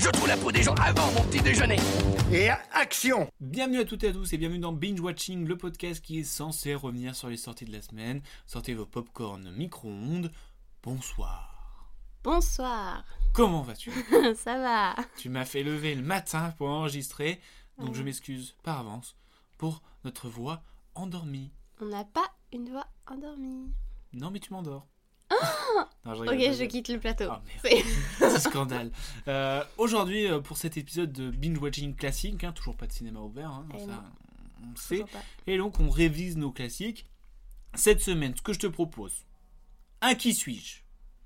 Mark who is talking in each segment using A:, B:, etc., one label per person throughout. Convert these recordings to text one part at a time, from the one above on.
A: je trouve la peau des gens avant mon petit déjeuner.
B: Et action
C: Bienvenue à toutes et à tous et bienvenue dans Binge Watching, le podcast qui est censé revenir sur les sorties de la semaine. Sortez vos popcorn micro-ondes. Bonsoir.
D: Bonsoir.
C: Comment vas-tu
D: Ça va.
C: Tu m'as fait lever le matin pour enregistrer, donc ouais. je m'excuse par avance pour notre voix endormie.
D: On n'a pas une voix endormie.
C: Non mais tu m'endors.
D: non, je Ah ok, je quitte le plateau.
C: Oh, C'est scandale. Euh, Aujourd'hui, pour cet épisode de binge watching classique, hein, toujours pas de cinéma ouvert, hein,
D: Eh
C: ça, on sait. Et donc, on révise nos classiques. Cette semaine, ce que je te propose, un qui suis-je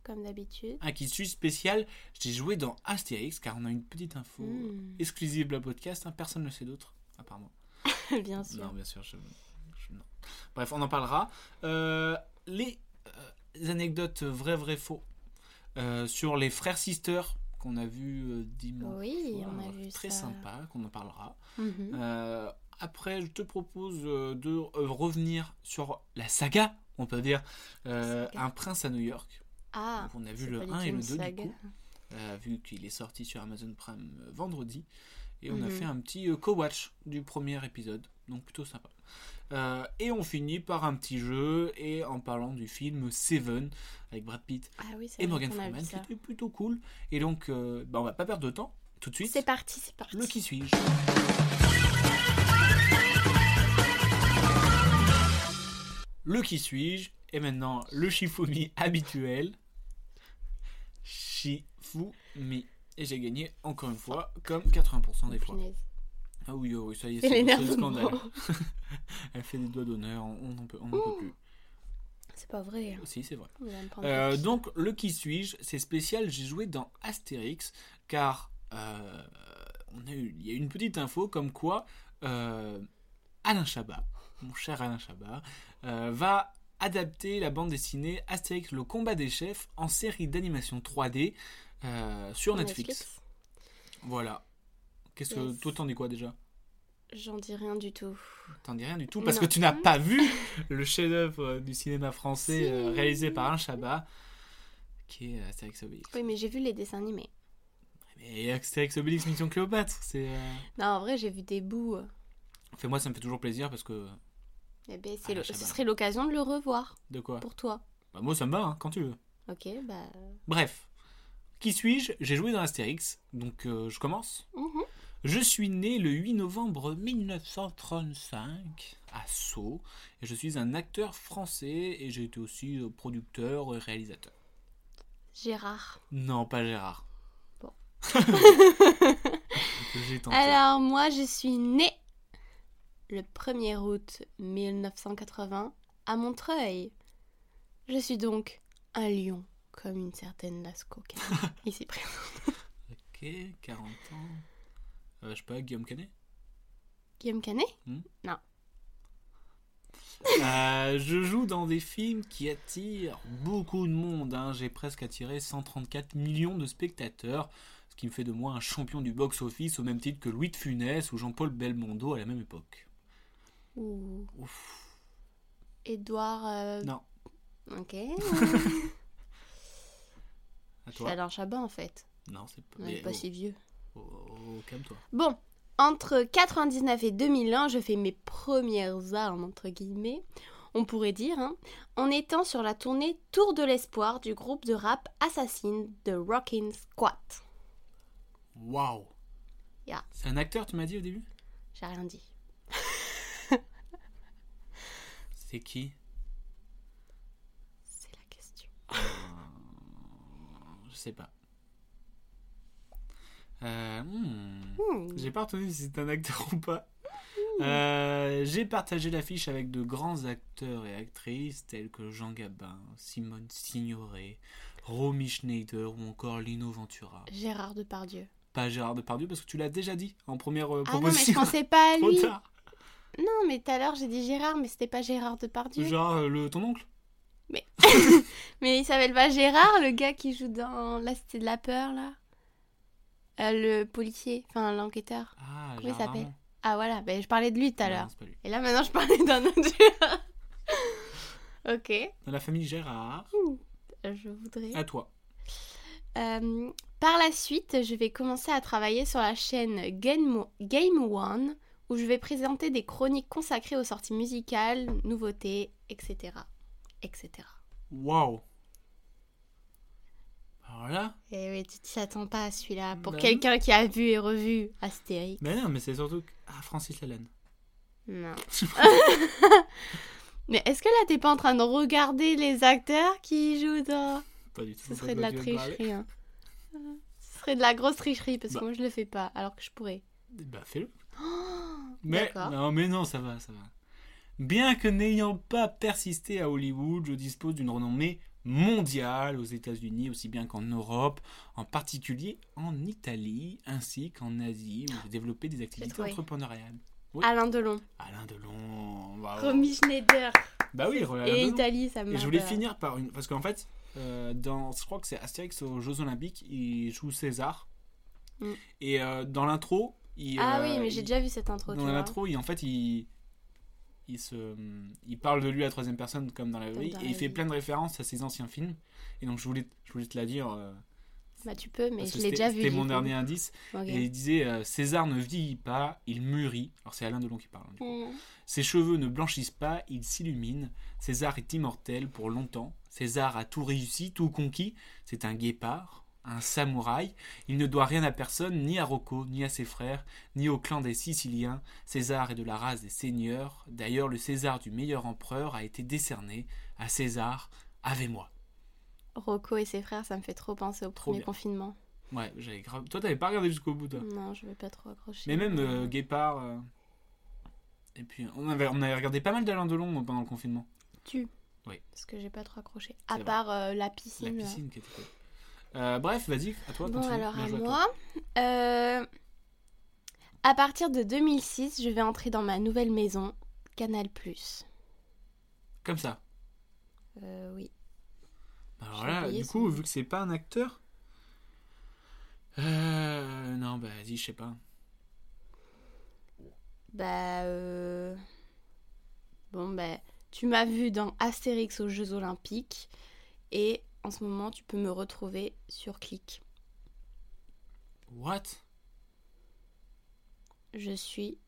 D: Comme d'habitude.
C: Un qui suis-je spécial. J'ai joué dans Astérix car on a une petite info
D: Hmm.
C: mmh. exclusive de la podcast. Hein, personne ne le sait d'autre, à part moi.
D: bien sûr.
C: Non, bien sûr. Je, je, non. Bref, on en parlera. Euh, les euh, anecdotes vrai vrai faux euh, sur les frères sisters qu'on a vu euh, dimanche.
D: Oui, on a
C: vu Très
D: ça.
C: sympa, qu'on en parlera. Mm -hmm.
D: Mhm.
C: euh, après, je te propose euh, de revenir sur la saga, on peut dire, euh, Un prince à New York.
D: Ah,
C: Donc, on a vu le 1 et le 2 du coup, euh, vu qu'il est sorti sur Amazon Prime euh, vendredi. Et
D: Mhm.
C: on mm -hmm. a fait un petit co-watch du premier épisode, donc plutôt sympa. Euh, et on finit par un petit jeu et en parlant du film Seven avec Brad Pitt
D: ah oui,
C: et Morgan Freeman, qui était plutôt cool. Et donc, euh, bah on va pas perdre de temps, tout de suite.
D: C'est parti, c'est parti.
C: Le qui suis-je Le qui suis-je Et maintenant, le Shifumi habituel. Shifumi. Et j'ai gagné encore une fois, comme 80% des fois.
D: Punaise.
C: Ah oui, oh oui, ça y est, c'est le scandale. Elle fait des doigts d'honneur, on n'en peut, on en peut plus.
D: C'est pas vrai.
C: Oh, si, c'est vrai. Euh, donc, le qui suis-je, c'est spécial, j'ai joué dans Astérix, car euh, on a eu, il y a eu une petite info comme quoi euh, Alain Chabat, mon cher Alain Chabat, euh, va adapter la bande dessinée Astérix le combat des chefs en série d'animation 3D sur Netflix. Netflix. Voilà, Qu'est-ce yes. que toi t'en dis quoi déjà
D: J'en dis rien du tout.
C: T'en dis rien du tout parce non. que tu n'as pas vu le chef-d'œuvre du cinéma français si. réalisé par Alain Chabat, qui est euh, Astérix Obélix.
D: Oui, mais j'ai vu les dessins animés.
C: Mais Astérix Obélix Mission Cléopâtre, c'est. euh,
D: Non, en vrai, j'ai vu des bouts.
C: Enfin, moi, ça me fait toujours plaisir parce que.
D: Eh ben,
C: Ah,
D: le... ce serait l'occasion de le revoir.
C: De quoi
D: Pour toi.
C: Bah, moi, ça me va hein, quand tu veux.
D: Ok, bah.
C: Bref. Qui suis-je J'ai joué dans Astérix, donc euh, je commence.
D: Mmh.
C: Je suis né le 8 novembre 1935 à Sceaux et je suis un acteur français et j'ai été aussi euh, producteur et réalisateur.
D: Gérard.
C: Non, pas Gérard.
D: Bon.
C: tenté.
D: Alors moi, je suis né le 1er août 1980 à Montreuil. Je suis donc un lion comme une certaine Lasco ici présente.
C: ok, 40 ans. Euh, je sais pas, Guillaume Canet
D: Guillaume Canet
C: hmm
D: Non.
C: Euh, je joue dans des films qui attirent beaucoup de monde. Hein. J'ai presque attiré 134 millions de spectateurs, ce qui me fait de moi un champion du box-office au même titre que Louis de Funès ou Jean-Paul Belmondo à la même époque.
D: Ouh. Ouf. Edouard. Euh...
C: Non.
D: Ok.
C: C'est
D: Alain Chabat en fait.
C: Non, c'est pas,
D: On est pas
C: oh.
D: si vieux.
C: Oh, oh, calme-toi.
D: Bon, entre 99 et 2001, je fais mes premières armes, entre guillemets, on pourrait dire, hein, en étant sur la tournée Tour de l'Espoir du groupe de rap Assassin de Rockin' Squat.
C: Waouh
D: yeah.
C: C'est un acteur, tu m'as dit au début
D: J'ai rien dit.
C: c'est qui
D: C'est la question.
C: je sais pas. Euh, hmm. mmh. J'ai pas retenu si c'est un acteur ou pas. Mmh. Euh, J'ai partagé l'affiche avec de grands acteurs et actrices tels que Jean Gabin, Simone Signoret, Romy Schneider ou encore Lino Ventura.
D: Gérard Depardieu.
C: Pas Gérard Depardieu parce que tu l'as déjà dit en première euh,
D: ah non, mais je pensais pas à lui. Non, mais tout à l'heure j'ai dit Gérard, mais c'était pas Gérard Depardieu.
C: Gérard, le, euh, ton oncle
D: Mais, mais il s'appelle pas Gérard, le gars qui joue dans La Cité de la Peur, là Euh, Le policier, enfin l'enquêteur.
C: Ah,
D: Comment il
C: Gérard
D: s'appelle
C: Darmon.
D: Ah voilà, ben, je parlais de lui tout à
C: Non,
D: l'heure.
C: c'est pas lui.
D: Et là maintenant je parlais d'un autre Gérard. ok,
C: Dans la famille Gérard,
D: je voudrais...
C: à toi.
D: Euh, par la suite, je vais commencer à travailler sur la chaîne Game, Game One, où je vais présenter des chroniques consacrées aux sorties musicales, nouveautés, etc. etc.
C: Waouh. Alors là,
D: Et Eh oui, tu t'y attends pas à celui-là. Pour
C: Bah non.
D: quelqu'un qui a vu et revu Astérix.
C: mais non, mais c'est surtout que- ah, Francis Lalanne.
D: Non. Mais est-ce que là, t'es pas en train de regarder les acteurs qui jouent dans...
C: Pas du tout.
D: Ce serait de la
C: tu viens parler.
D: tricherie. hein. Euh, Ce serait de la grosse tricherie, parce que
C: Bah.
D: moi, je le fais pas, alors que je pourrais.
C: Bah fais-le. mais
D: Oh, d'accord.
C: non, mais non, ça va, ça va. Bien que n'ayant pas persisté à Hollywood, je dispose d'une renommée mondiale aux États-Unis aussi bien qu'en Europe, en particulier en Italie ainsi qu'en Asie où j'ai développé des activités
D: trouvé.
C: entrepreneuriales. Oui.
D: Alain Delon,
C: Alain Delon. bravo.
D: Romy Schneider
C: Bah oui, Alain
D: et bah.
C: Delon.
D: Italie, ça me
C: Et je voulais
D: marque.
C: finir par une. Parce qu'en fait, euh, dans... je crois que c'est Astérix aux Jeux Olympiques, il joue César.
D: Mm.
C: Et euh, dans l'intro, il.
D: Ah
C: euh,
D: oui, mais j'ai
C: il-
D: déjà vu cette intro. tu
C: Dans
D: vois.
C: l'intro, il- en fait, il. Il, se, il parle de lui à la troisième personne comme dans la
D: Comme
C: vie
D: dans
C: et
D: la
C: il fait
D: vie.
C: plein de références à ses anciens films et donc je voulais, je voulais te la dire euh,
D: Bah tu peux, mais
C: parce que
D: je l'ai
C: c'était-
D: déjà vu.
C: c'était
D: du
C: mon
D: coup.
C: dernier indice
D: Ok.
C: et il disait euh, César ne vieillit pas il mûrit alors c'est Alain Delon qui parle hein, du coup.
D: Mm.
C: Ses cheveux ne blanchissent pas, il s'illumine. César est immortel pour longtemps. César a tout réussi, tout conquis. C'est un guépard, un samouraï. Il ne doit rien à personne, ni à Rocco, ni à ses frères, ni au clan des Siciliens. César est de la race des seigneurs. D'ailleurs, le César du meilleur empereur a été décerné à César. Avez-moi.
D: Rocco et ses frères, ça me fait trop penser au
C: Trop
D: premier
C: bien.
D: confinement.
C: Ouais, j'avais grave. Toi, t'avais pas regardé jusqu'au bout, toi.
D: Non, je vais pas trop accrocher.
C: Mais même euh, Guépard. euh, Et puis, on avait, on avait regardé pas mal d'Alain Delon euh, pendant le confinement.
D: Tu.
C: Oui.
D: Parce que j'ai pas trop accroché.
C: C'est
D: À
C: vrai.
D: part euh, la
C: La
D: piscine. là.
C: piscine qui était cool. Euh, bref, vas-y, à toi.
D: Bon,
C: continue.
D: alors
C: Bien
D: à
C: joué toi.
D: moi. Euh, à partir de 2006, je vais entrer dans ma nouvelle maison, Canal+.
C: Comme ça.
D: Euh, oui.
C: Alors
D: J'ai
C: là,
D: oublié
C: du
D: son
C: coup,
D: nom.
C: vu que c'est pas un acteur. Euh, non, bah vas-y, je sais pas.
D: Bah. euh, Bon, bah, tu m'as vu dans Astérix aux Jeux Olympiques. Et en ce moment, tu peux me retrouver sur Click.
C: What
D: Je suis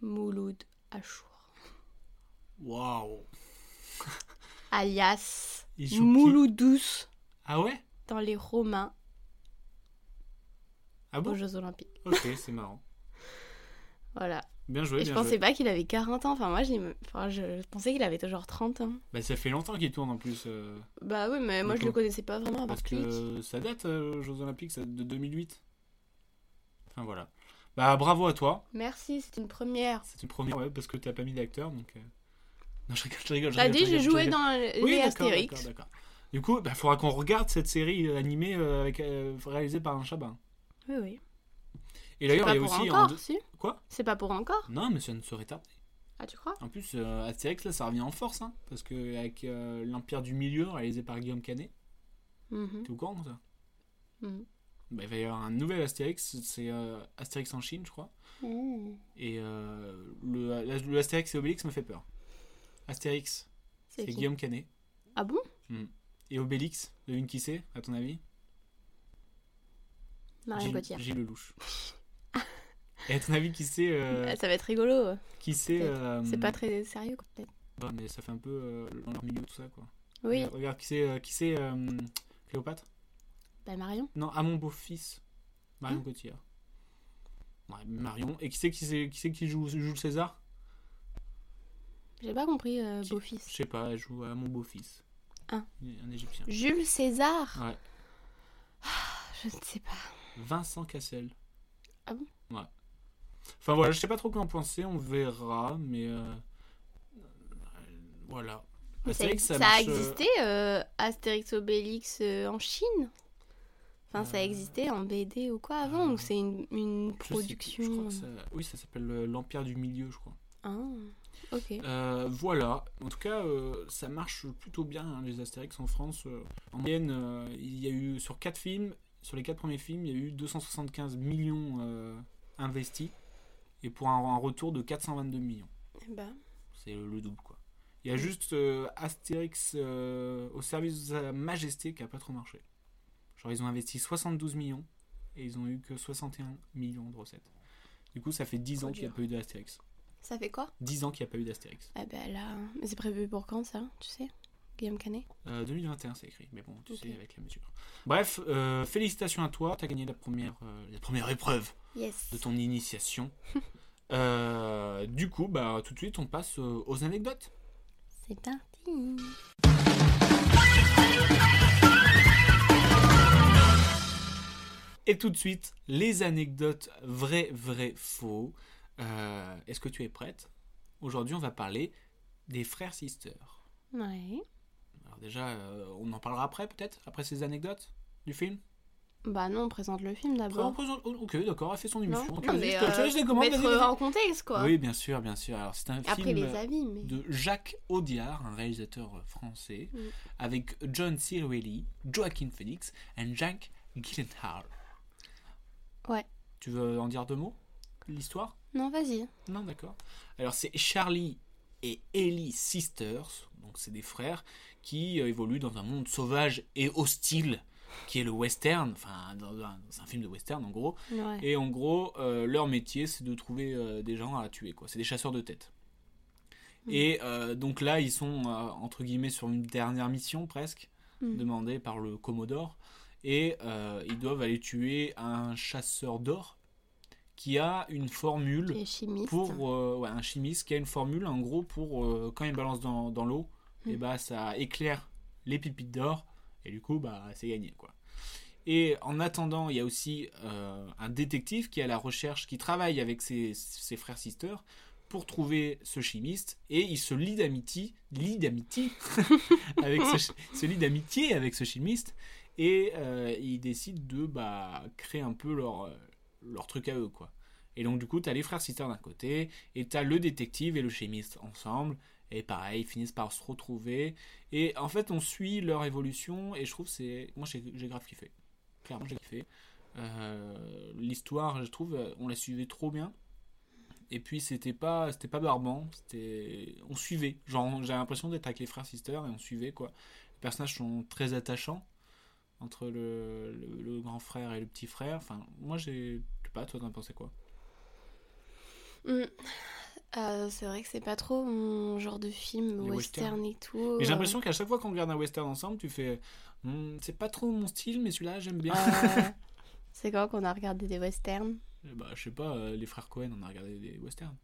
D: Mouloud Achour.
C: Waouh
D: Alias
C: Il joue qui
D: Mouloudous
C: Ah ouais
D: dans les Romains
C: Ah
D: aux
C: bon
D: Jeux Olympiques.
C: Ok, c'est marrant.
D: Voilà.
C: Bien joué,
D: et je
C: bien
D: pensais
C: joué.
D: pas qu'il avait 40 ans. Enfin, moi, je, l'ai- enfin, je pensais qu'il avait toujours 30 ans.
C: Bah ça fait longtemps qu'il tourne en plus. euh,
D: Bah oui, mais moi, je
C: D'accord.
D: le connaissais pas vraiment à part
C: parce
D: Click.
C: que ça date, euh, aux Jeux Olympiques, ça date de 2008. Enfin voilà. Bah bravo à toi.
D: Merci, c'est une première.
C: C'est une première, ouais, parce que t'as pas mis d'acteur, donc... euh. Non, je rigole, je rigole. je
D: T'as
C: rigole,
D: dit,
C: je
D: j'ai
C: rigole, je
D: joué
C: rigole.
D: dans les
C: Oui, d'accord,
D: Astérix.
C: d'accord, d'accord. Du coup, il faudra qu'on regarde cette série euh, animée euh, avec, euh, réalisée par un Chabat.
D: Oui, oui.
C: Et
D: C'est
C: d'ailleurs,
D: pas
C: il y a
D: Bah, pour
C: aussi en
D: encore,
C: deux-
D: si
C: Quoi
D: C'est pas pour encore
C: Non, mais ça ne serait tardé.
D: Ah, tu crois
C: En plus, euh, Astérix, là, ça revient en force, hein, parce que avec euh, l'Empire du Milieu, réalisé par Guillaume Canet,
D: Mhm,
C: t'es au courant de ça
D: mhm.
C: Bah, Il va y avoir un nouvel Astérix, c'est euh, Astérix en Chine, je crois.
D: Mmh.
C: Et euh, le, la- le Astérix et Obélix me fait peur. Astérix,
D: C'est
C: c'est
D: qui
C: Guillaume Canet.
D: Ah bon
C: Et Obélix, devine qui c'est, à ton avis
D: Marion
C: Gilles,
D: Gauthier.
C: Gilles Lelouch. Et à ton avis, qui c'est euh,
D: Euh, Ça va être rigolo.
C: Qui c'est
D: peut-être.
C: euh,
D: C'est pas très sérieux, quoi, peut-être.
C: ouais, mais ça fait un peu euh, dans leur milieu, tout ça, quoi.
D: Oui,
C: Regarde, regarde, qui c'est euh, qui c'est euh, Cléopâtre
D: bah Marion.
C: Non, à mon beau-fils. Marion
D: Hein
C: Cotillard. Ouais, Marion. Et qui c'est qui, c'est- qui, c'est qui joue, joue le César
D: J'ai pas compris, euh,
C: Qui- Je
D: beau-fils.
C: sais pas, elle joue à mon beau-fils.
D: Ah.
C: Un égyptien.
D: Jules César
C: Ouais. Ah.
D: Je ne sais pas.
C: Vincent Cassel.
D: Ah bon
C: Ouais. Enfin voilà, je sais pas trop quoi en penser, on verra, mais euh, euh, voilà.
D: Mais ça,
C: Astérix,
D: ça a
C: marche, euh,
D: existé, euh, Astérix Obélix euh, en Chine Enfin, ça
C: Euh,
D: a existé en BD ou quoi avant
C: euh,
D: Ou c'est une, une
C: je sais plus, je
D: production
C: crois que ça- Oui, ça s'appelle euh, l'Empire du Milieu, je crois.
D: Ah. Ok.
C: Euh, voilà, en tout cas, euh, ça marche plutôt bien hein, les Astérix en France. Euh, en moyenne, euh, il y a eu sur quatre films, sur les quatre premiers films, il y a eu 275 millions euh, investis et pour un, un retour de 422 millions.
D: Bah,
C: C'est le, le double quoi. Il y a juste euh, Astérix euh, au service de sa majesté qui a pas trop marché. Genre ils ont investi 72 millions et ils ont eu que 61 millions de recettes. Du coup, ça fait 10
D: Trop
C: ans qu'il n'y a
D: dur.
C: pas eu d'Astérix.
D: ça fait quoi
C: 10 ans qu'il n'y a pas eu d'Astérix.
D: Ah bah là, mais c'est prévu pour quand ça, tu sais Guillaume Canet
C: Euh, 2021, c'est écrit, mais bon, tu
D: Ok.
C: sais, avec la mesure. Bref, euh, félicitations à toi, t'as gagné la première, euh, la première épreuve
D: Yes.
C: de ton initiation. Euh, du coup, bah, tout de suite, on passe euh, aux anecdotes.
D: C'est parti.
C: Et tout de suite, les anecdotes vrai, vrai, faux. Euh, Est-ce que tu es prête Aujourd'hui, on va parler des frères sisters.
D: Ouais.
C: Alors déjà, euh, on en parlera après, peut-être, après ces anecdotes du film
D: Bah non, on présente le film
C: Après, on
D: d'abord.
C: présente- oh, Ok, d'accord, elle fait son
D: Non,
C: émission. Tu
D: non
C: vas
D: mais
C: juste- tu vas
D: euh,
C: juste les commandes, vas-y,
D: mettre
C: vas-y.
D: en contexte quoi.
C: Oui, bien sûr, bien sûr. Alors, c'est un
D: Après
C: film euh,
D: les avis, mais
C: de Jacques Audiard, un réalisateur français,
D: Oui.
C: avec John Cirwelli, Joaquin Phoenix et Jack Gyllenhaal.
D: Ouais.
C: Tu veux en dire deux mots L'histoire
D: non, vas-y.
C: Non, d'accord. Alors, c'est Charlie et Ellie Sisters, donc c'est des frères, qui euh, évoluent dans un monde sauvage et hostile, qui est le western, enfin, dans un- c'est un film de western en gros.
D: Ouais.
C: Et en gros, euh, leur métier, c'est de trouver euh, des gens à tuer. quoi. C'est des chasseurs de tête.
D: Mm.
C: Et euh, donc là, ils sont, euh, entre guillemets, sur une dernière mission presque,
D: Mm.
C: demandée par le Commodore. Et euh, ils doivent aller tuer un chasseur d'or qui a une formule
D: Les chimistes.
C: pour euh, ouais, un chimiste qui a une formule en gros pour euh, quand il balance dans, dans l'eau
D: Mm.
C: et bah ça éclaire les pépites d'or et du coup bah c'est gagné quoi et en attendant il y a aussi euh, un détective qui est à la recherche qui travaille avec ses, ses frères sisters pour trouver ce chimiste et il se lie d'amitié lie d'amitié avec ce, chi- se lie d'amitié avec ce chimiste et euh, ils décident de bah, créer un peu leur, euh, leur truc à eux quoi et donc, du coup, t'as les frères sisters d'un côté, et t'as le détective et le chimiste ensemble. Et pareil, ils finissent par se retrouver. Et en fait, on suit leur évolution, et je trouve que c'est. Moi, j'ai j'ai grave kiffé. Clairement, j'ai kiffé. Euh, L'histoire, je trouve, euh, on la suivait trop bien. Et puis, c'était pas, c'était pas barbant. C'était, on suivait. Genre, j'avais l'impression d'être avec les frères sisters et on suivait quoi. Les personnages sont très attachants entre le, le- le grand frère et le petit frère. Enfin, moi, j'ai, je sais pas, toi, t'en pensais quoi
D: Mm. Euh, c'est vrai que c'est pas trop mon genre de film
C: Les
D: western et tout.
C: Mais j'ai
D: euh.
C: l'impression qu'à chaque fois qu'on regarde un western ensemble, tu fais Hmm, c'est pas trop mon style, mais celui-là j'aime bien.
D: Euh, c'est quand qu'on a regardé des westerns
C: Eh bah, je sais pas, euh, les frères Cohen, on a regardé des westerns.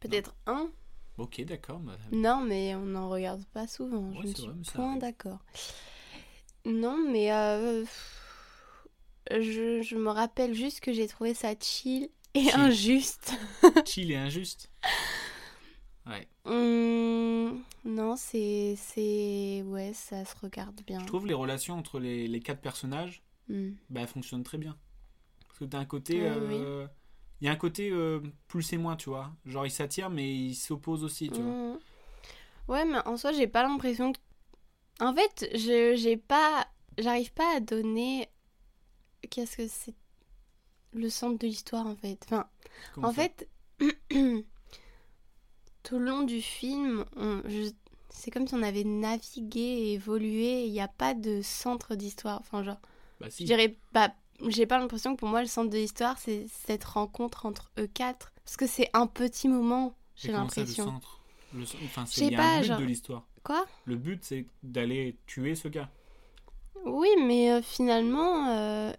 D: Peut-être un
C: Ok, d'accord. bah,
D: Non, mais on n'en regarde pas souvent.
C: Ouais,
D: je ne
C: c'est
D: suis
C: vrai, mais ça
D: point
C: arrive.
D: d'accord. Non, mais euh, pff, je, je me rappelle juste que j'ai trouvé ça chill et
C: Chill.
D: injuste.
C: chill et injuste. Ouais.
D: Hum, non, c'est c'est ouais, ça se regarde bien.
C: Je trouve les relations entre les, les quatre personnages,
D: Hum.
C: bah, elles fonctionnent très bien. Parce que d'un côté.
D: Ouais,
C: euh, Il y a un côté euh, plus et moins, tu vois. Genre, ils s'attirent, mais ils s'opposent aussi, tu vois.
D: Hum. Ouais, mais en soi, j'ai pas l'impression que. En fait, je j'ai pas, j'arrive pas à donner. Qu'est-ce que c'est le centre de l'histoire en fait. Enfin,
C: Comment
D: en
C: ça
D: fait, tout le long du film, on- je- c'est comme si on avait navigué et évolué. Il n'y a pas de centre d'histoire. Enfin, genre,
C: Bah,
D: je
C: si.
D: dirais, bah, j'ai pas l'impression que pour moi, le centre de l'histoire, c'est cette rencontre entre eux quatre. Parce que c'est un petit moment, j'ai
C: Mais comment ça,
D: l'impression.
C: Le centre. Le cen- Enfin,
D: Je sais
C: c'est il y a
D: pas,
C: un but
D: genre-
C: de l'histoire.
D: Quoi
C: Le but, c'est d'aller tuer ce gars.
D: Oui, mais euh, finalement, euh,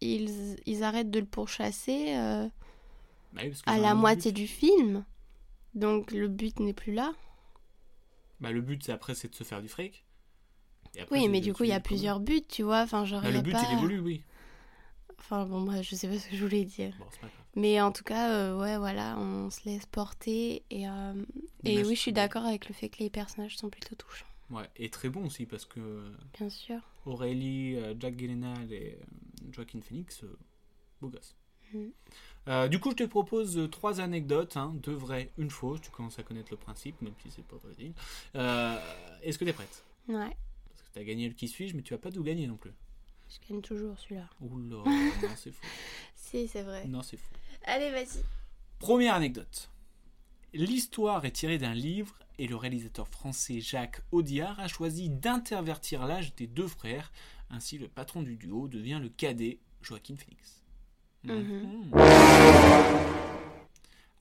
D: ils, ils arrêtent de le pourchasser euh,
C: Bah oui, parce que
D: à
C: c'est
D: la
C: un autre
D: moitié
C: but.
D: du film. Donc le but n'est plus là.
C: Bah, le but, c'est après, c'est de se faire du fric. Et après,
D: Oui,
C: c'est
D: mais
C: de
D: du coup, il y a
C: tuer le
D: plusieurs buts, tu vois. Enfin, genre,
C: commun. Bah,
D: il y
C: le
D: a
C: but,
D: pas...
C: il évolue, oui.
D: Enfin, bon, bref, je sais pas ce que je voulais dire.
C: Bon, c'est pas grave.
D: Mais en tout cas, euh, ouais, voilà, on se laisse porter. Et, euh, et
C: Dommage, c'est
D: oui, je suis
C: dommage.
D: d'accord avec le fait que les personnages sont plutôt touchants,
C: Ouais, et très bon aussi, parce que euh,
D: bien sûr.
C: Aurélie, euh, Jack Gyllenhaal et euh, Joaquin Phoenix, euh, beau gosse.
D: Mhm.
C: Euh, du coup, je te propose euh, trois anecdotes, hein, deux vraies, une fausse. Tu commences à connaître le principe, même si c'est pas facile. Euh, Est-ce que t'es prête
D: Ouais,
C: Parce que t'as gagné le qui suis-je, mais tu as pas tout gagné non plus.
D: je gagne toujours celui-là.
C: Oula, non c'est faux.
D: Si, c'est vrai.
C: Non c'est faux.
D: Allez, vas-y.
C: Première anecdote. L'histoire est tirée d'un livre et le réalisateur français Jacques Audiard a choisi d'intervertir l'âge des deux frères. Ainsi, le patron du duo devient le cadet Joaquin Phoenix. Hmm.
D: Mhm.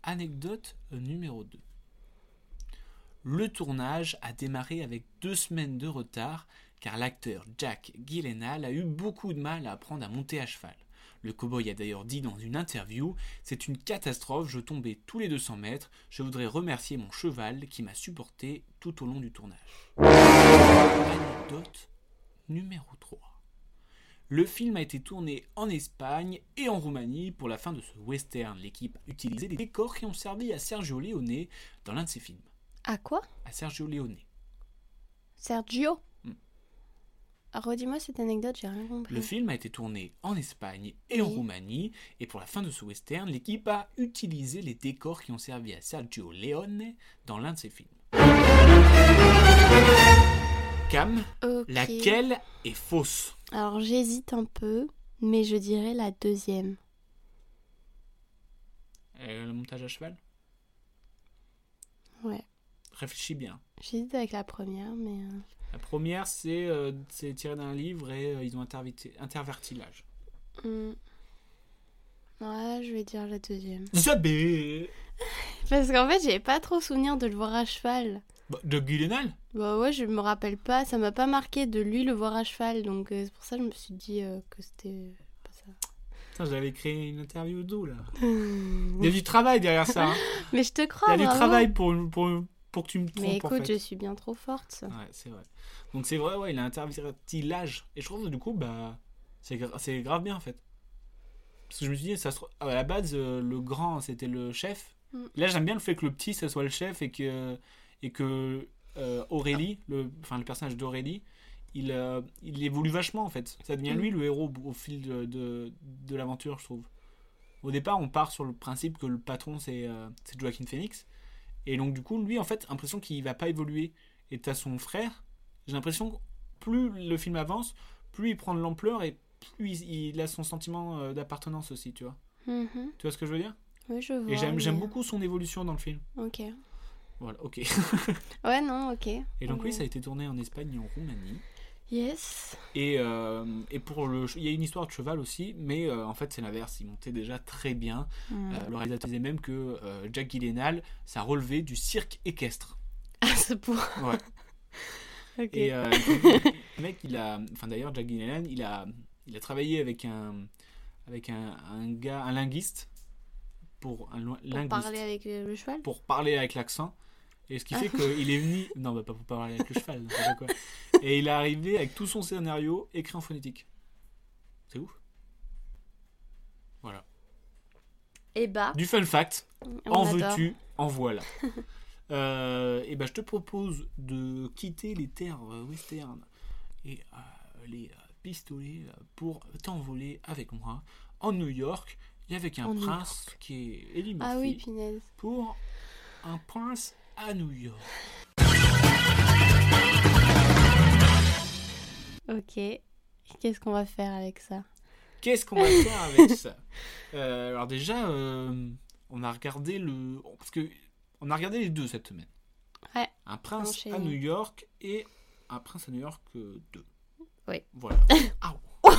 C: Anecdote numéro 2. Le tournage a démarré avec deux semaines de retard car l'acteur Jack Gyllenhaal a eu beaucoup de mal à apprendre à monter à cheval. Le cowboy a d'ailleurs dit dans une interview C'est une catastrophe, je tombais tous les 200 mètres, je voudrais remercier mon cheval qui m'a supporté tout au long du tournage. Anecdote numéro 3. Le film a été tourné en Espagne et en Roumanie pour la fin de ce western. L'équipe a utilisé des décors qui ont servi à Sergio Leone dans l'un de ses films.
D: À quoi
C: À Sergio Leone.
D: Sergio
C: Hmm.
D: Ah, Redis-moi cette anecdote, j'ai rien compris.
C: Le film a été tourné en Espagne et en
D: Oui.
C: Roumanie, et pour la fin de ce western, l'équipe a utilisé les décors qui ont servi à Sergio Leone dans l'un de ses films. Cam,
D: Ok.
C: laquelle est fausse
D: Alors j'hésite un peu, mais je dirais la deuxième.
C: Euh, Le montage à cheval
D: Ouais.
C: Réfléchis bien.
D: J'hésite avec la première, mais. euh,
C: La première, c'est euh, c'est tiré d'un livre et euh, ils ont interverti, interverti l'âge.
D: hmm. Ouais, je vais dire la deuxième.
C: Zabé
D: Parce qu'en fait, j'ai pas trop souvenir de le voir à cheval.
C: Bah, De Gyllenhaal
D: Bah ouais, je me rappelle pas, ça m'a pas marqué de lui le voir à cheval, donc euh, c'est pour ça que je me suis dit euh, que c'était pas ça.
C: Putain, J'avais créé une interview d'où là. Il y a du travail derrière ça. hein.
D: Mais je te crois,
C: Il y a du
D: bravo.
C: travail pour, pour, pour que tu me trompes.
D: Ah, Mais
C: en
D: écoute,
C: fait.
D: je suis bien trop forte.
C: Ouais, c'est vrai. Donc c'est vrai, ouais, il a interverti l'âge. Et je trouve que du coup, bah, c'est gra- c'est grave bien en fait. Parce que je me suis dit, ça se tr- à la base, euh, le grand, c'était le chef.
D: Mm.
C: Là, j'aime bien le fait que le petit, ça soit le chef et que, et que euh,
D: Ah.
C: Aurélie, le, enfin, le personnage d'Aurélie, il, euh, il évolue vachement en fait. Ça devient
D: Mm.
C: lui le héros au fil de, de, de l'aventure, je trouve. Au départ, on part sur le principe que le patron, c'est euh, c'est Joaquin Phoenix. Et donc, du coup, lui, en fait, impression qu'il va pas évoluer. Et t'as son frère. J'ai l'impression que plus le film avance, plus il prend de l'ampleur et plus il, il a son sentiment euh, d'appartenance aussi, tu vois.
D: Mhm.
C: Tu vois ce que je veux dire
D: Oui, je vois.
C: Et j'aime j'aime
D: mais-
C: beaucoup son évolution dans le film.
D: Ok.
C: Voilà, ok.
D: Ouais, non, ok.
C: Et donc,
D: Ouais.
C: oui, ça a été tourné en Espagne et en Roumanie.
D: Yes.
C: Et, euh, et pour le. che- Il y a une histoire de cheval aussi, mais euh, en fait, c'est l'inverse. Il montait déjà très bien.
D: Hmm.
C: Euh, le réalisateur disait même que euh, Jack Gyllenhaal, ça relevait du cirque équestre.
D: Ah, c'est pour.
C: Ouais.
D: ok.
C: Et euh, le mec, il a, enfin d'ailleurs, Jack Gyllenhaal, il a, il a travaillé avec un, avec un, un gars, un linguiste, pour un lo-
D: Pour
C: linguiste,
D: parler avec le, le cheval
C: pour parler avec l'accent. Et ce qui fait qu'il est venu, non, bah, pas pour parler avec le cheval, n'importe quoi. Et il est arrivé avec tout son scénario écrit en phonétique. C'est ouf. Voilà.
D: Et bah,
C: Du fun fact.
D: on
C: En
D: adore.
C: veux-tu, en voilà. Euh, et ben, je te propose de quitter les terres euh, western et euh, les euh, pistolets euh, pour t'envoler avec moi en New York et avec un
D: En New
C: prince qui est Eddie Murphy
D: Ah oui, punaise.
C: pour un prince à New York.
D: Ok. Et Qu'est-ce qu'on va faire avec ça
C: Qu'est-ce qu'on va faire avec ça Euh, Alors déjà, euh, on a regardé le parce que on a regardé les deux cette semaine.
D: Ouais.
C: Un prince à
D: Enchaîné.
C: New York et un prince à New York 2.
D: Oui. Oh.
C: Voilà. Aouh.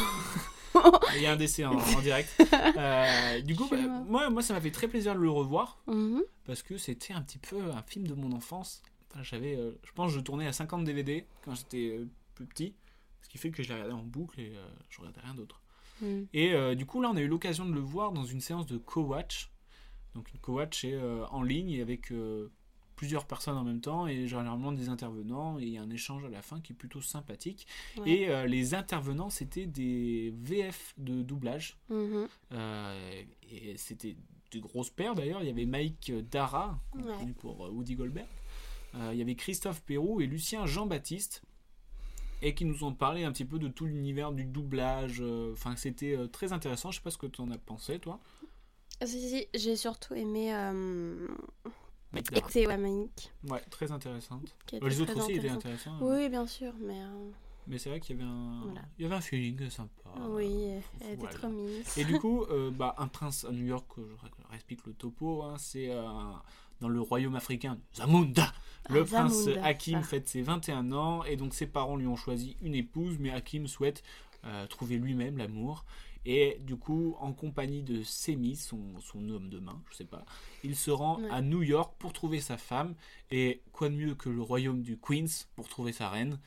C: Il y a un décès en, en direct. Euh, du coup,
D: Je suis
C: bah,
D: morte.
C: moi, moi, ça m'a fait très plaisir de le revoir
D: Mhm.
C: parce que c'était un petit peu un film de mon enfance. Enfin, j'avais, euh, je pense, que je tournais à 50 DVD quand j'étais euh, plus petit, ce qui fait que je l'ai regardé en boucle et euh, je regardais rien d'autre.
D: Hmm.
C: Et euh, du coup, là, on a eu l'occasion de le voir dans une séance de co-watch. Donc, une co-watch est euh, en ligne et avec euh, plusieurs personnes en même temps et généralement des intervenants. Et il y a un échange à la fin qui est plutôt sympathique.
D: Ouais.
C: Et euh, les intervenants, c'était des VF de doublage.
D: Mhm.
C: Euh, et c'était de grosses paires d'ailleurs. Il y avait Mike Dara,
D: Ouais.
C: connu pour euh, Woody Goldberg. Euh, il y avait Christophe Perrou et Lucien Jean-Baptiste. Et qui nous ont parlé un petit peu de tout l'univers du doublage. Euh, Enfin, c'était euh, très intéressant. Je sais pas ce que tu en as pensé, toi.
D: Ah, si, si, j'ai surtout aimé euh,
C: Maïdar.
D: Écoutez Wamanik.
C: Ouais, très intéressante.
D: qui était
C: Bah, les
D: très
C: autres aussi étaient
D: intéressante.
C: intéressants. hein.
D: Oui, bien sûr, mais euh,
C: Mais c'est vrai qu'il y avait un,
D: Voilà.
C: il y avait un feeling sympa.
D: oui, elle était
C: voilà.
D: trop mignonne.
C: Et du coup, euh, bah, un prince à New York, euh, je explique le topo, hein, c'est euh, dans le royaume africain de Zamunda. Le
D: Ah,
C: prince
D: Zamunda,
C: Hakim
D: ça.
C: fête ses 21 ans et donc ses parents lui ont choisi une épouse, mais Hakim souhaite euh, trouver lui-même l'amour. Et du coup, en compagnie de Semi, son, son homme de main, je sais pas, il se rend
D: Ouais.
C: à New York pour trouver sa femme. Et quoi de mieux que le royaume du Queens pour trouver sa reine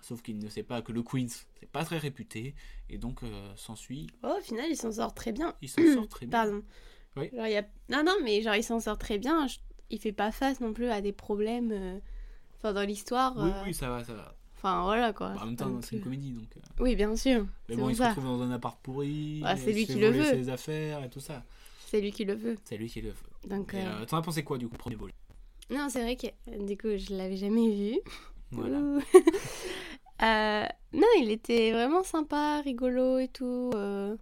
C: Sauf qu'il ne sait pas que le Queens, c'est pas très réputé. Et donc, euh, s'ensuit
D: Oh, au final, il s'en sort très bien.
C: il s'en sort très bien.
D: Pardon.
C: Oui.
D: Genre, il y a- Non, non, mais genre, il s'en sort très bien. Je- Il fait pas face non plus à des problèmes euh, enfin, dans l'histoire.
C: Oui,
D: euh,
C: oui, ça va, ça va.
D: Enfin, voilà quoi.
C: Bah, en même
D: Pas non
C: temps, c'est une
D: plus.
C: comédie, donc. euh,
D: Oui, bien sûr.
C: Mais
D: C'est
C: bon,
D: pour
C: il se
D: ça.
C: retrouve dans un appart pourri.
D: Ah,
C: euh,
D: c'est
C: il
D: lui
C: se fait
D: qui le
C: voler
D: veut.
C: ses affaires et tout ça.
D: C'est lui qui le veut.
C: C'est lui qui le veut.
D: Donc,
C: Et,
D: euh,
C: euh, T'en as pensé quoi du coup, premier vol
D: non, c'est vrai que euh, du coup, je l'avais jamais vu.
C: Voilà.
D: Ouh. Euh, non, il était vraiment sympa, rigolo et tout. euh,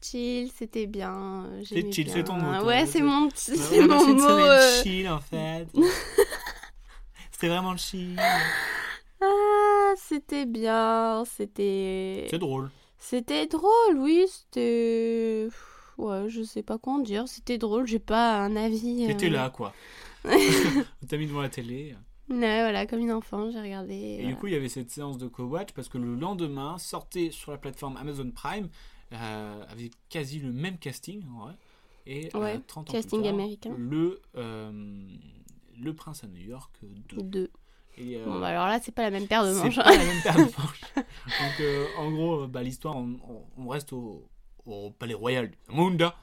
D: Chill, c'était bien. euh, j'aimais
C: chill,
D: bien.
C: c'est ton mot, toi.
D: Ouais, c'est
C: C'est-
D: mon,
C: Ouais,
D: c'est
C: bah,
D: mon
C: une
D: mot.
C: semaine
D: euh,
C: chill en fait. C'était vraiment chill.
D: Ah, c'était bien, c'était.
C: C'est drôle.
D: C'était drôle, oui, c'était. Pff, Ouais, je sais pas comment dire, c'était drôle, j'ai pas un avis. euh,
C: T'étais là, quoi. On t'a mis devant la télé.
D: Ouais, voilà, comme une enfant, j'ai regardé. euh,
C: Et
D: voilà.
C: du coup, il y avait cette séance de co-watch parce que le lendemain sortait sur la plateforme Amazon Prime euh, avec quasi le même casting. en vrai. Et euh,
D: Ouais,
C: 30 ans
D: casting
C: plus tard,
D: américain.
C: Le, euh, le Prince à New York 2.
D: Deux.
C: Et, euh,
D: Bon, bah, alors là, c'est pas la même paire de
C: c'est
D: manches. hein,
C: pas la même paire de manches. Donc, euh, en gros, euh, bah, l'histoire, on, on- on reste au, au palais royal du Zamunda.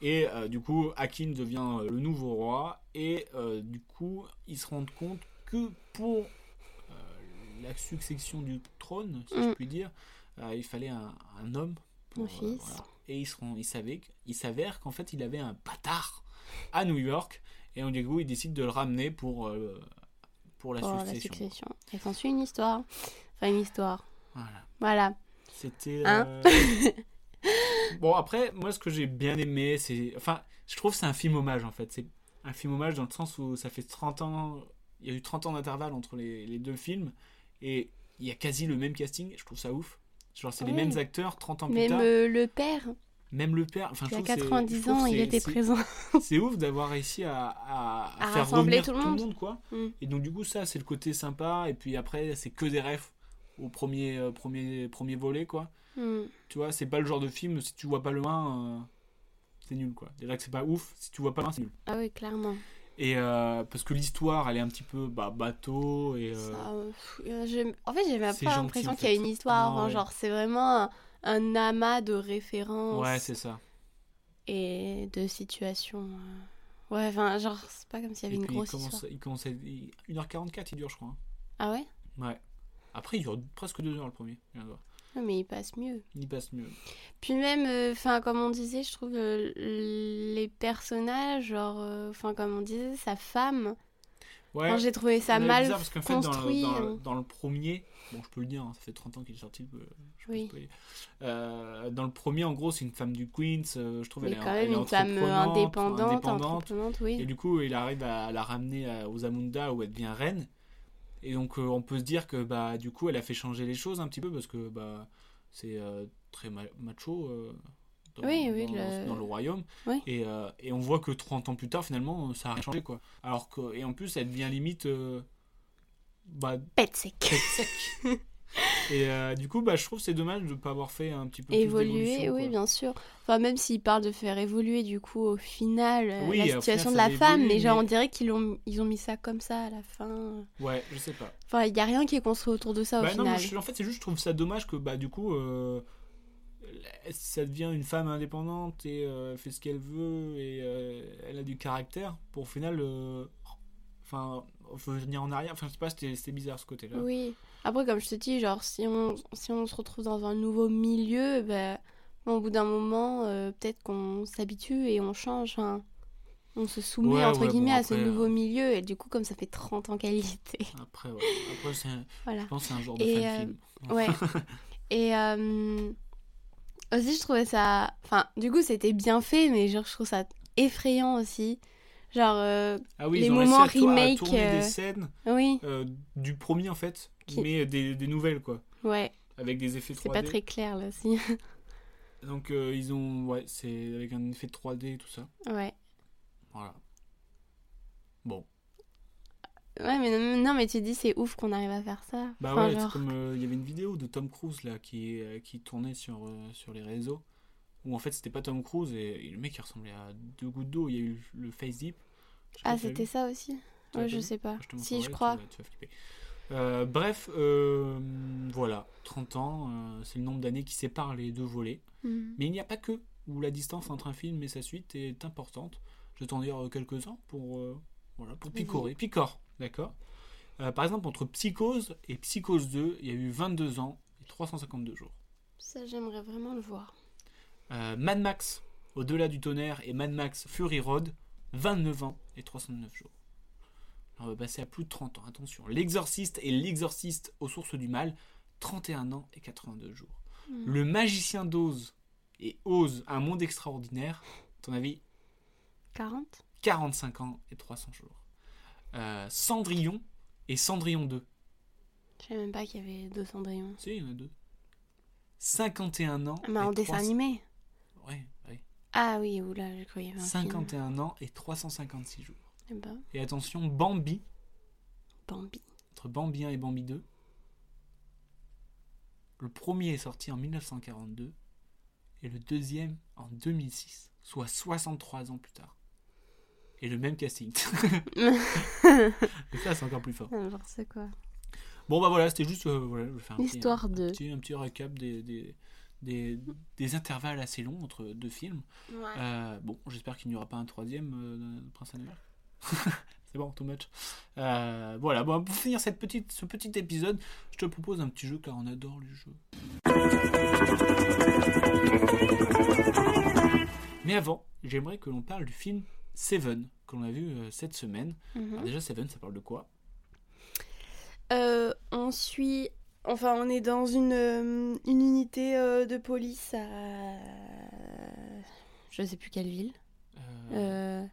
C: Et euh, du coup, Hakim devient euh, le nouveau roi. Et euh, du coup, ils se rendent compte que pour euh, la succession du trône, si je
D: Mm.
C: puis dire, euh, il fallait un, un homme. euh,
D: Un fils.
C: Et ils, se rend- ils savaient qu- il s'avère qu'en fait, il avait un bâtard à New York. Et donc, du coup, ils décident de le ramener pour, euh, pour la
D: pour la
C: succession.
D: succession. Et s'ensuit une histoire. Enfin, une histoire.
C: Voilà.
D: Voilà.
C: C'était.
D: Hein
C: euh, bon, après, moi, ce que j'ai bien aimé, c'est. Enfin, je trouve que c'est un film hommage, en fait. C'est un film hommage dans le sens où ça fait 30 ans. Il y a eu 30 ans d'intervalle entre les, les deux films. Et il y a quasi le même casting. Je trouve ça ouf. Genre, c'est les
D: Ouais.
C: mêmes acteurs 30 ans plus
D: Même
C: tard.
D: euh, le père,
C: Même le père. Enfin, je
D: il y a
C: trouve que c'est-
D: 90
C: je trouve
D: ans,
C: que
D: il
C: c'est-
D: était
C: c'est-
D: présent.
C: C'est ouf d'avoir réussi à, à, à
D: À
C: faire
D: rassembler
C: revenir
D: tout le monde.
C: quoi.
D: Mm.
C: Et donc, du coup, ça, c'est le côté sympa. Et puis après, c'est que des refs au premier, euh, premier, premier volet, quoi.
D: Hmm.
C: Tu vois, c'est pas le genre de film, si tu vois pas le 1, euh, c'est nul quoi. Déjà que c'est pas ouf, si tu vois pas le 1, c'est nul.
D: Ah oui, clairement.
C: Et euh, parce que l'histoire, elle est un petit peu bah, bateau et. euh,
D: Ça, euh, pff, euh, j'ai- En fait, j'ai même
C: c'est
D: pas
C: gentil,
D: l'impression
C: en
D: qu'il y a
C: fait.
D: une histoire.
C: Non,
D: hein,
C: ouais.
D: Genre, c'est vraiment un, un amas de références
C: Ouais, c'est ça.
D: et de situations. euh. Ouais, enfin, genre, c'est pas comme s'il y avait
C: et
D: une
C: puis
D: grosse
C: il commence,
D: histoire.
C: il commence à- il- 1h44, il dure, je crois. hein.
D: Ah ouais
C: Ouais. Après, il dure presque 2 heures le premier. je viens de voir.
D: Ouais, Ah, mais il passe mieux.
C: Il y passe mieux.
D: Puis même, euh, enfin, comme on disait, je trouve euh, les personnages, genre, euh, enfin, comme on disait, sa femme.
C: Ouais.
D: Enfin, j'ai trouvé ça
C: on a eu
D: mal
C: bizarre parce qu'en fait, dans le,
D: construit.
C: dans le-
D: hein.
C: dans le premier, bon, je peux le dire, hein, ça fait 30 ans qu'il est sorti. je peux- je peux
D: Oui.
C: spoiler. Euh, dans le premier, en gros, c'est une femme du Queens. euh, je trouve
D: Mais
C: elle est-
D: quand même
C: elle est
D: une femme euh,
C: entreprenante,
D: indépendante,
C: indépendante.
D: entreprenante,
C: Et
D: oui.
C: du coup, il arrive à la ramener à- aux Amunda où elle devient reine. Et donc, euh, on peut se dire que bah, du coup, elle a fait changer les choses un petit peu parce que bah, c'est euh, très ma- macho euh, dans,
D: Oui, oui,
C: dans-
D: le-
C: dans royaume.
D: Oui.
C: Et, euh, et on voit que 30 ans plus tard, finalement, euh, ça a changé. Quoi. Alors que, et en plus, elle devient limite euh, bah,
D: Pète sec.
C: tête sec. et euh, du coup, bah, je trouve que c'est dommage de ne pas avoir fait un petit peu plus
D: Évoluer,
C: d'évolution,
D: oui,
C: quoi.
D: bien sûr. Enfin, même s'il parle de faire évoluer, du coup, au final, euh,
C: Oui,
D: la
C: au final,
D: situation
C: ça
D: de la femme,
C: évolue,
D: mais genre,
C: mais-
D: on dirait qu'ils ont, ils ont mis ça comme ça à la fin.
C: Ouais, je sais pas.
D: Enfin, il n'y a rien qui est construit autour de ça, au
C: Bah non,
D: final.
C: moi, je- en fait, c'est juste, je trouve ça dommage que bah, du coup, euh, ça devient une femme indépendante et euh, elle fait ce qu'elle veut et euh, elle a du caractère pour au final. euh, Enfin, venir en arrière. Enfin, je sais pas, c'était c'était bizarre ce côté-là.
D: Oui. Après, comme je te dis, genre, si on, si on se retrouve dans un nouveau milieu, bah, bon, au bout d'un moment, euh, peut-être qu'on s'habitue et on change. hein. On se soumet,
C: Ouais,
D: entre
C: ouais, bon,
D: guillemets, à ce
C: après,
D: nouveau
C: euh,
D: milieu. Et du coup, comme ça fait 30 ans qu'elle y était.
C: Après, ouais. Après c'est un-
D: Voilà.
C: je pense que c'est un genre de
D: Et,
C: fan film.
D: Ouais. Et, euh, Aussi, je trouvais ça. Enfin, du coup, c'était bien fait, mais genre, je trouve ça effrayant aussi. Genre, euh,
C: Ah oui,
D: Les
C: ils ont réussi
D: moments
C: à to- à
D: remake,
C: tourner
D: euh,
C: des scènes
D: oui,
C: euh, du premier en fait,
D: Qui-
C: mais des, des nouvelles quoi,
D: ouais,
C: avec des effets 3D.
D: c'est pas très clair là, si.
C: Donc euh, ils ont, ouais, c'est avec un effet de 3D et tout ça.
D: ouais.
C: Voilà. Bon,
D: Ouais, mais non, non, mais tu dis, c'est ouf qu'on arrive à faire ça.
C: bah
D: Enfin,
C: ouais, c'est
D: genre,
C: comme euh, il y avait une vidéo de Tom Cruise là qui euh, qui tournait sur euh, sur les réseaux où en fait c'était pas Tom Cruise et, et le mec il ressemblait à deux gouttes d'eau. Il y a eu le face dip. Je sais pas
D: Ah,
C: si t'as vu.
D: c'était ça aussi
C: Tu l'as
D: Ouais,
C: pas
D: je
C: vu
D: sais pas.
C: Je te
D: si,
C: montrerai,
D: je
C: tu
D: crois.
C: vas- tu vas flipper. Euh, bref, euh, voilà, 30 ans, euh, c'est le nombre d'années qui séparent les deux volets.
D: Mhm.
C: Mais il n'y a pas que où la distance entre un film et sa suite est importante. Je vais t'en dire euh, quelques-uns pour, euh, voilà, pour picorer. Picore, d'accord Euh, Par exemple, entre Psychose et Psychose 2, il y a eu 22 ans et 352 jours.
D: Ça, j'aimerais vraiment le voir.
C: Euh, Mad Max, Au-delà du tonnerre et Mad Max Fury Road, 29 ans et 309 jours. On va passer à plus de 30 ans, attention. L'Exorciste et l'Exorciste aux sources du mal, 31 ans et 82 jours.
D: Mm.
C: Le Magicien d'Oz et Oz, un monde extraordinaire, ton avis
D: 40
C: 45 ans et 300 jours. Euh, Cendrillon et Cendrillon 2.
D: Je savais même pas qu'il y avait deux Cendrillon.
C: Si, il y en a deux. 51 ans.
D: Ah, mais en
C: et
D: dessin
C: 300
D: animé
C: Ouais, ouais.
D: Ah oui, oula, j'ai cru qu'il y avait un film.
C: 51 ans et 356 jours.
D: Eh ben,
C: Et attention, Bambi,
D: Bambi.
C: entre Bambi 1 et Bambi 2. Le premier est sorti en 1942 et le deuxième en 2006, soit 63 ans plus tard. Et le même casting. et ça, c'est encore plus fort.
D: N'importe quoi.
C: Bon, bah voilà, c'était juste. euh, voilà, je vais faire un petit-
D: L'histoire
C: un
D: de.
C: petit, un petit récap des, des, des- des intervalles assez longs entre deux films.
D: Ouais.
C: Euh, bon, j'espère qu'il n'y aura pas un troisième euh, de Prince Animal. C'est bon, too much. Euh, voilà, bon, pour finir cette petite, ce petit épisode, je te propose un petit jeu car on adore les jeux. Mais avant, j'aimerais que l'on parle du film Seven que l'on a vu euh, cette semaine.
D: Mhm.
C: Alors déjà, Seven, ça parle de quoi
D: Euh, on suit. Enfin, on est dans une, euh, une unité euh, de police à. Je sais plus quelle ville.
C: Euh,
D: Euh,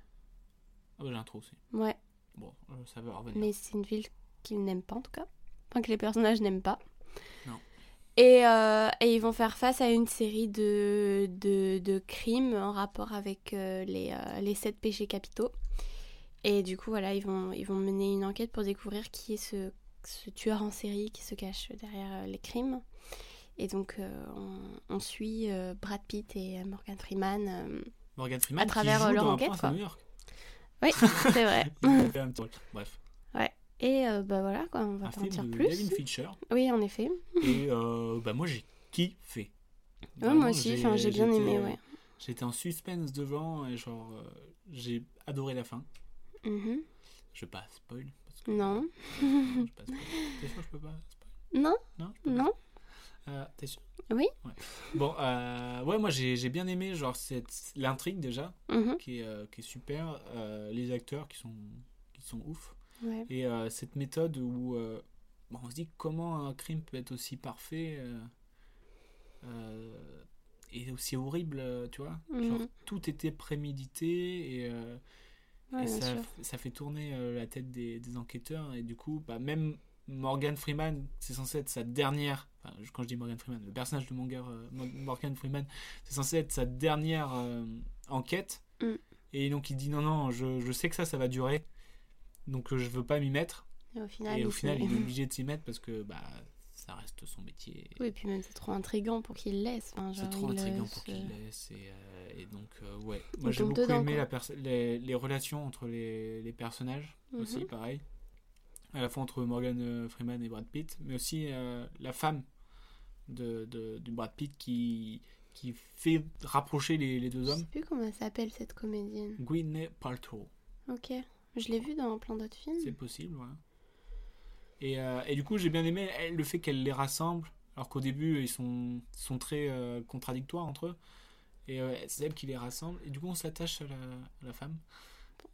C: Ah bah j'ai un trou aussi.
D: ouais,
C: Bon, euh, ça va revenir.
D: mais c'est une ville qu'ils n'aiment pas en tout cas. Enfin, que les personnages n'aiment pas.
C: Non.
D: Et, euh, et ils vont faire face à une série de, de, de crimes en rapport avec euh, les, euh, les sept péchés capitaux. Et du coup, voilà, ils vont, ils vont mener une enquête pour découvrir qui est ce, ce tueur en série qui se cache derrière euh, les crimes. Et donc, euh, on, on suit euh, Brad Pitt et euh, Morgan Freeman. euh,
C: Morgan Freeman
D: à travers,
C: qui
D: euh,
C: joue
D: leur
C: dans Un
D: enquête,
C: Prince
D: quoi.
C: à New York.
D: Oui, c'est vrai.
C: Il fait un petit rôle. Bref,
D: Et euh, bah voilà, quoi, on va
C: un
D: pas en
C: film
D: dire
C: de
D: plus.
C: David Fincher.
D: Oui, en effet.
C: Et euh, bah moi j'ai kiffé.
D: Ouais,
C: Vraiment,
D: moi aussi, enfin, j'ai bien
C: j'étais- euh,
D: aimé, ouais.
C: J'étais en suspense devant et genre euh, j'ai adoré la fin.
D: Mhm.
C: Je vais pas spoil parce que
D: Non.
C: Je vais pas spoil. T'es sûr que je peux pas spoil
D: Non,
C: Non. je peux pas
D: non.
C: Euh, T'es sûr
D: Oui.
C: Ouais. Bon, euh, ouais, moi j'ai j'ai bien aimé genre cette l'intrigue déjà
D: Mhm.
C: qui est euh, qui est super, euh, les acteurs qui sont qui sont ouf.
D: Ouais.
C: Et euh, cette méthode où euh, bah, on se dit comment un crime peut être aussi parfait euh, euh, et aussi horrible, euh, tu vois. Genre,
D: Mhm.
C: tout était prémédité et, euh,
D: Ouais,
C: et
D: bien
C: ça,
D: sûr.
C: ça fait tourner euh, la tête des, des enquêteurs. Et du coup, bah, même Morgan Freeman, c'est censé être sa dernière. enfin, je- quand je dis Morgan Freeman, le personnage de Morgan, euh, Mo- Morgan Freeman, c'est censé être sa dernière euh, enquête.
D: Mm.
C: Et donc il dit non, non, je, je sais que ça, ça va durer. Donc euh, je veux pas m'y mettre.
D: Et au final,
C: et au
D: il
C: final,
D: s'est-
C: il est obligé de s'y mettre parce que bah, ça reste son métier.
D: Oui, et puis même c'est trop intriguant pour qu'il laisse. Enfin,
C: C'est
D: genre,
C: trop
D: il, euh,
C: intriguant pour
D: se-
C: qu'il laisse. Et, euh, et donc, euh, ouais. Moi,
D: Il
C: j'ai
D: tombe
C: beaucoup
D: dedans,
C: aimé
D: quoi.
C: la perso- les, les relations entre les, les personnages aussi,
D: Mhm.
C: pareil. À la fois entre Morgan euh, Freeman et Brad Pitt, mais aussi euh, la femme de, de, de Brad Pitt qui, qui fait rapprocher les, les deux
D: Je sais
C: hommes.
D: plus comment elle s'appelle cette comédienne.
C: Gwyneth Paltrow,
D: Ok. Je l'ai vue dans plein d'autres
C: c'est
D: films.
C: possible, ouais. Et, euh, et du coup, j'ai bien aimé elle, le fait qu'elle les rassemble, alors qu'au début, ils sont, sont très euh, contradictoires entre eux. Et euh, c'est elle qui les rassemble. Et du coup, on s'attache à la, à la femme.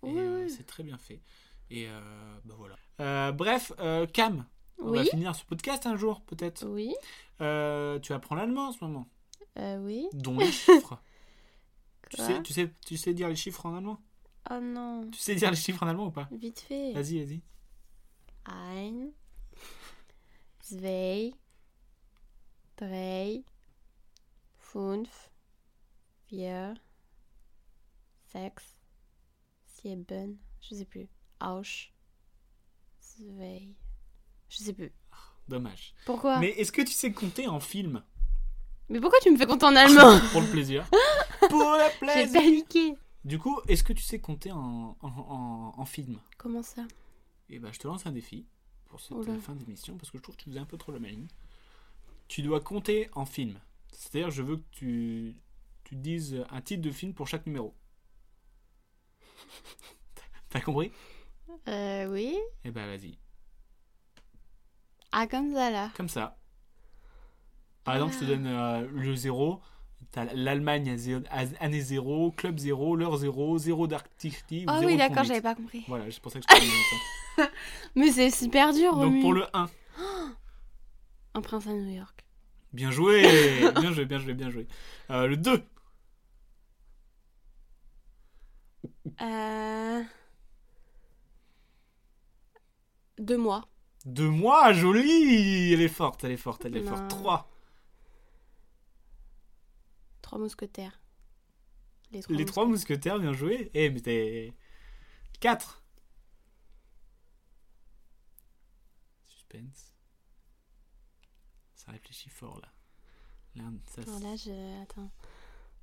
C: Et
D: Oui,
C: euh,
D: oui.
C: c'est très bien fait. Et euh, bah voilà. Euh, bref, euh, Cam, on va
D: Oui.
C: finir ce podcast un jour, peut-être.
D: Oui.
C: Euh, tu apprends l'allemand en ce moment.
D: Euh, oui.
C: dont les chiffres. tu,
D: Quoi
C: sais, tu, sais, tu sais dire les chiffres en allemand
D: Oh non.
C: Tu sais dire les chiffres en allemand ou pas
D: Vite fait.
C: Vas-y, vas-y.
D: Ein, zwei, drei, fünf, vier, sechs, sieben, je sais plus. Auch, zwei, je sais plus.
C: Dommage.
D: Pourquoi
C: Mais
D: mais...
C: est-ce que tu sais compter en film
D: pourquoi tu me fais compter en allemand
C: Pour le plaisir. Pour le
D: J'ai
C: plaisir
D: paniqué.
C: Du coup, est-ce que tu sais compter en, en, en- en film
D: Comment ça
C: Eh ben, je te lance un défi pour cette
D: Oula.
C: euh, fin d'émission parce que je trouve que tu faisais un peu trop la maligne. Tu dois compter en film. C'est-à-dire, je veux que tu, tu dises un titre de film pour chaque numéro. T'as compris
D: Euh, oui.
C: Eh ben, vas-y.
D: Ah, comme ça là.
C: Comme ça. Par exemple, je te donne euh, le 0. T'as l'Allemagne à zé- à année 0, club 0, l'heure 0, 0 d'Arcticity.
D: Ah oui, d'accord, j'avais pas compris.
C: Voilà, c'est pour ça que je te donne ça.
D: Mais c'est super dur,
C: Donc
D: Romu.
C: pour le 1.
D: Un prince à New York.
C: Bien joué Bien joué, bien joué, bien joué. Euh, le 2.
D: Euh... Deux mois.
C: Deux mois, jolie Elle est forte, elle est forte, elle est
D: Non.
C: forte. 3.
D: Trois mousquetaires. Les trois.
C: Les
D: mousquetaires.
C: trois mousquetaires, bien joué. Eh, mais t'es... 4. Suspense. Ça réfléchit fort, là. Là, ça,
D: Alors là, je. Attends.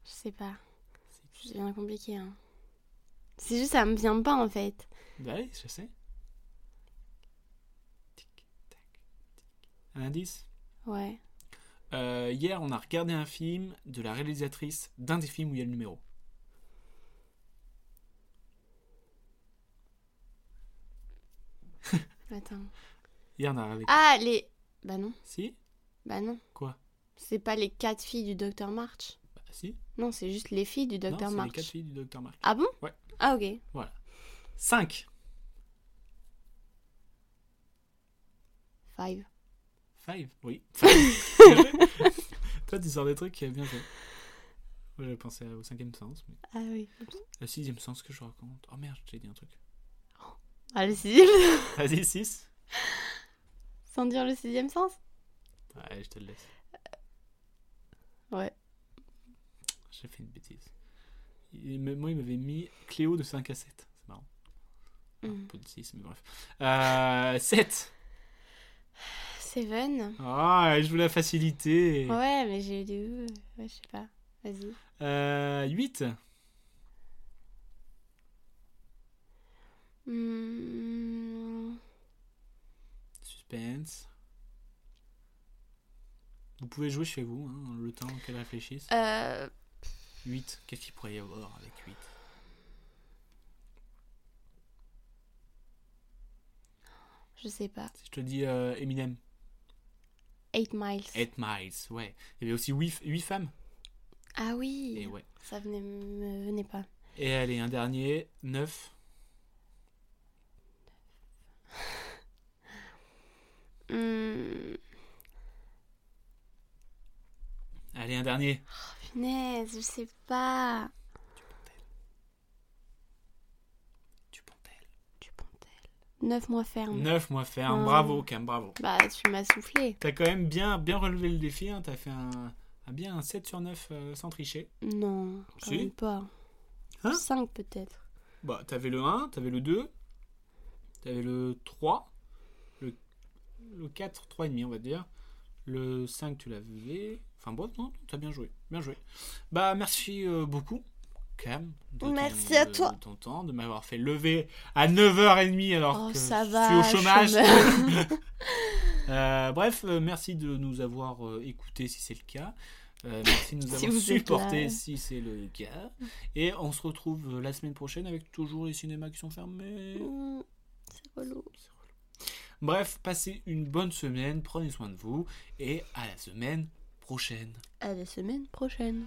D: Je sais pas.
C: c'est-
D: C'est bien compliqué. Hein. C'est juste, ça me vient pas en fait.
C: Bah oui, je sais. Tic, tac, tic. Un indice
D: Ouais.
C: Euh, Hier, on a regardé un film de la réalisatrice d'un des films où il y a le numéro.
D: Attends.
C: Hier, on a regardé...
D: Ah, les. Bah non.
C: Si
D: Bah non.
C: Quoi
D: C'est pas les quatre filles du docteur March.
C: Bah si.
D: Non, c'est juste les filles du
C: Non,
D: docteur
C: c'est les
D: March.
C: quatre filles du Dr. March.
D: Ah bon
C: Ouais.
D: Ah ok.
C: 5.
D: Five.
C: 5 Oui. Bien joué. Toi, tu sors des trucs qui est bien joué. Moi, j'avais pensé au cinquième sens. Mais...
D: Ah oui.
C: Le sixième sens que je raconte. Oh merde, j'ai dit un truc.
D: Ah le sixième.
C: Vas-y, 6.
D: Sans dire le sixième sens
C: Ouais, je te le laisse.
D: Euh, Ouais.
C: J'ai fait une bêtise. Il me- moi, il m'avait mis Cléo de 5 à 7. C'est marrant. Un
D: Mm.
C: peu de 6, mais bref. Euh, 7.
D: Seven.
C: Ah, je vous la facilité.
D: Ouais, mais j'ai eu des euh, ouais, je sais pas. Vas-y.
C: Euh, 8.
D: Hmm,
C: Suspense. Vous pouvez jouer chez vous, hein, le temps qu'elle réfléchisse.
D: euh,
C: 8, qu'est-ce qu'il pourrait y avoir avec 8
D: je sais pas.
C: Si je te dis euh, Eminem,
D: 8 miles.
C: 8 Miles, ouais. Il y avait aussi 8, femmes.
D: Ah oui.
C: Et ouais.
D: Ça venait, me venait pas.
C: Et allez, un dernier, 9.
D: Hmm,
C: Allez, un dernier.
D: punaise, je sais pas.
C: Dupontel.
D: Dupontel. 9 mois ferme.
C: 9 mois ferme,
D: Ah.
C: bravo Cam, bravo.
D: Bah, tu m'as soufflé.
C: T'as quand même bien, bien relevé le défi, hein. t'as fait un, un bien un 7 sur 9 euh, sans tricher.
D: Non, quand
C: Si.
D: même pas.
C: Hein
D: 5 peut-être.
C: Bah, t'avais le 1, t'avais le 2, t'avais le 3, le, le 4, 3,5 on va dire. Le 5, tu l'avais. Enfin bon, non, t'as bien joué. Bien joué. Bah, merci euh, beaucoup, Cam. de ton-
D: Merci à
C: de-
D: toi.
C: De ton temps, de m'avoir fait lever à 9h30 alors
D: Oh,
C: que
D: ça
C: je
D: va,
C: suis au chômage.
D: chômeur.
C: Euh, bref, euh, merci de nous avoir euh, écoutés si c'est le cas. Euh, merci de nous
D: Si
C: avoir
D: vous êtes là.
C: supportés si c'est le cas. Et on se retrouve euh, la semaine prochaine avec toujours les cinémas qui sont fermés.
D: Hmm, C'est relou.
C: C'est relou. Bref, passez une bonne semaine, prenez soin de vous et à la semaine prochaine.
D: À la semaine prochaine.